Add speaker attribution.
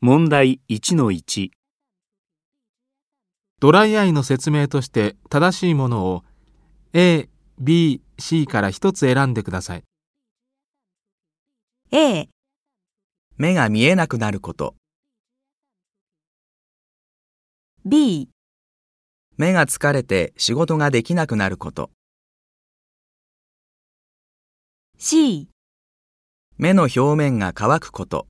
Speaker 1: 問題1-1
Speaker 2: ドライアイの説明として正しいものを A、B、C から一つ選んでください。
Speaker 3: A、
Speaker 4: 目が見えなくなること、
Speaker 3: B、
Speaker 4: 目が疲れて仕事ができなくなること、
Speaker 3: C。
Speaker 4: 目の表面が乾くこと。